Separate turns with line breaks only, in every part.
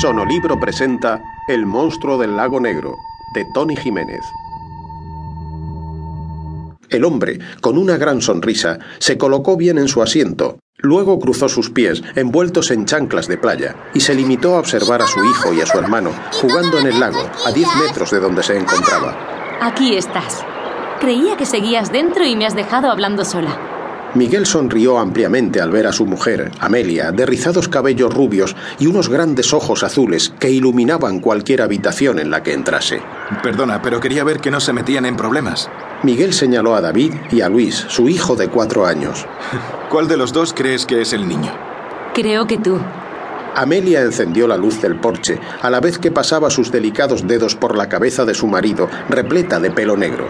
Sonolibro presenta El monstruo del lago negro, de Tony Jiménez. El hombre, con una gran sonrisa, se colocó bien en su asiento, luego cruzó sus pies, envueltos en chanclas de playa, y se limitó a observar a su hijo y a su hermano jugando en el lago, a 10 metros de donde se encontraba.
Aquí estás. Creía que seguías dentro y me has dejado hablando sola.
Miguel sonrió ampliamente al ver a su mujer, Amelia, de rizados cabellos rubios y unos grandes ojos azules que iluminaban cualquier habitación en la que entrase.
Perdona, pero quería ver que no se metían en problemas.
Miguel señaló a David y a Luis, su hijo de cuatro años.
¿Cuál de los dos crees que es el niño?
Creo que tú.
Amelia encendió la luz del porche, a la vez que pasaba sus delicados dedos por la cabeza de su marido, repleta de pelo negro.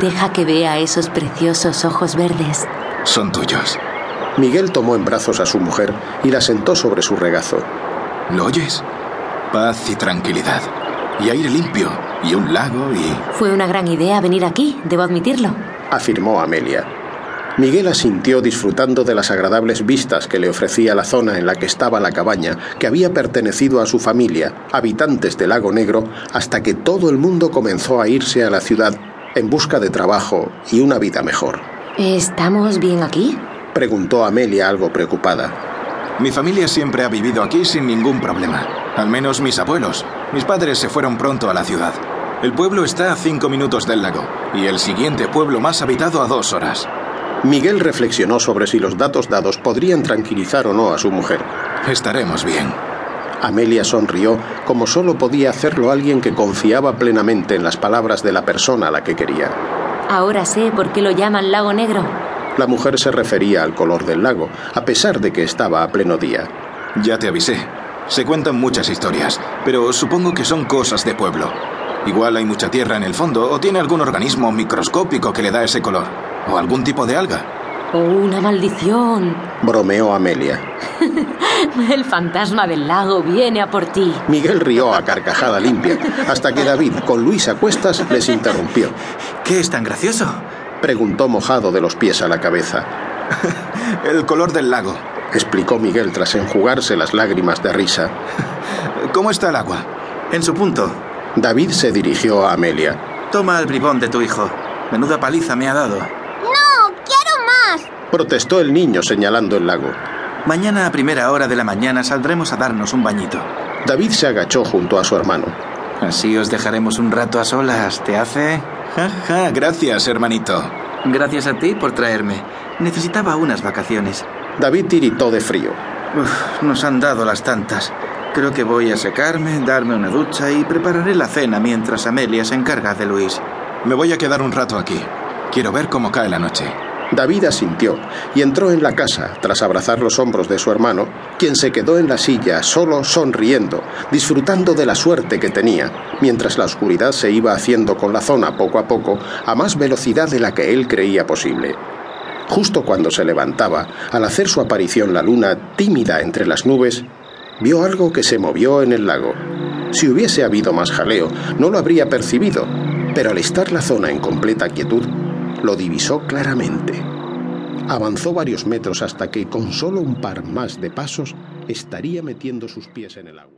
Deja que vea esos preciosos ojos verdes.
Son tuyos.
Miguel tomó en brazos a su mujer y la sentó sobre su regazo.
¿Lo oyes? Paz y tranquilidad. Y aire limpio. Y un lago y...
Fue una gran idea venir aquí, debo admitirlo.
afirmó Amelia. Miguel asintió disfrutando de las agradables vistas que le ofrecía la zona en la que estaba la cabaña, que había pertenecido a su familia, habitantes del lago Negro, hasta que todo el mundo comenzó a irse a la ciudad en busca de trabajo y una vida mejor.
¿Estamos bien aquí?
Preguntó Amelia algo preocupada.
Mi familia siempre ha vivido aquí sin ningún problema. Al menos mis abuelos. Mis padres se fueron pronto a la ciudad. El pueblo está a cinco minutos del lago. Y el siguiente pueblo más habitado a dos horas.
Miguel reflexionó sobre si los datos dados podrían tranquilizar o no a su mujer.
Estaremos bien.
Amelia sonrió como solo podía hacerlo alguien que confiaba plenamente en las palabras de la persona a la que quería.
Ahora sé por qué lo llaman Lago Negro.
La mujer se refería al color del lago, a pesar de que estaba a pleno día.
Ya te avisé. Se cuentan muchas historias, pero supongo que son cosas de pueblo. Igual hay mucha tierra en el fondo o tiene algún organismo microscópico que le da ese color. O algún tipo de alga.
¡Oh, una maldición!
Bromeó Amelia.
El fantasma del lago viene a por ti.
Miguel rió a carcajada limpia, hasta que David, con Luis a cuestas, les interrumpió.
¿Qué es tan gracioso?
Preguntó mojado de los pies a la cabeza.
El color del lago.
Explicó Miguel tras enjugarse las lágrimas de risa.
¿Cómo está el agua?
En su punto.
David se dirigió a Amelia.
Toma el bribón de tu hijo. Menuda paliza me ha dado.
No, quiero más.
Protestó el niño señalando el lago.
Mañana a primera hora de la mañana saldremos a darnos un bañito.
David se agachó junto a su hermano.
Así os dejaremos un rato a solas. ¿Te hace?
Ja, ja, gracias, hermanito.
Gracias a ti por traerme. Necesitaba unas vacaciones.
David tiritó de frío.
Uf, nos han dado las tantas. Creo que voy a secarme, darme una ducha y prepararé la cena mientras Amelia se encarga de Luis.
Me voy a quedar un rato aquí. Quiero ver cómo cae la noche.
David asintió y entró en la casa tras abrazar los hombros de su hermano, quien se quedó en la silla solo sonriendo, disfrutando de la suerte que tenía, mientras la oscuridad se iba haciendo con la zona poco a poco a más velocidad de la que él creía posible. Justo cuando se levantaba, al hacer su aparición la luna tímida entre las nubes, vio algo que se movió en el lago. Si hubiese habido más jaleo, no lo habría percibido, pero al estar la zona en completa quietud, lo divisó claramente. Avanzó varios metros hasta que, con solo un par más de pasos, estaría metiendo sus pies en el agua.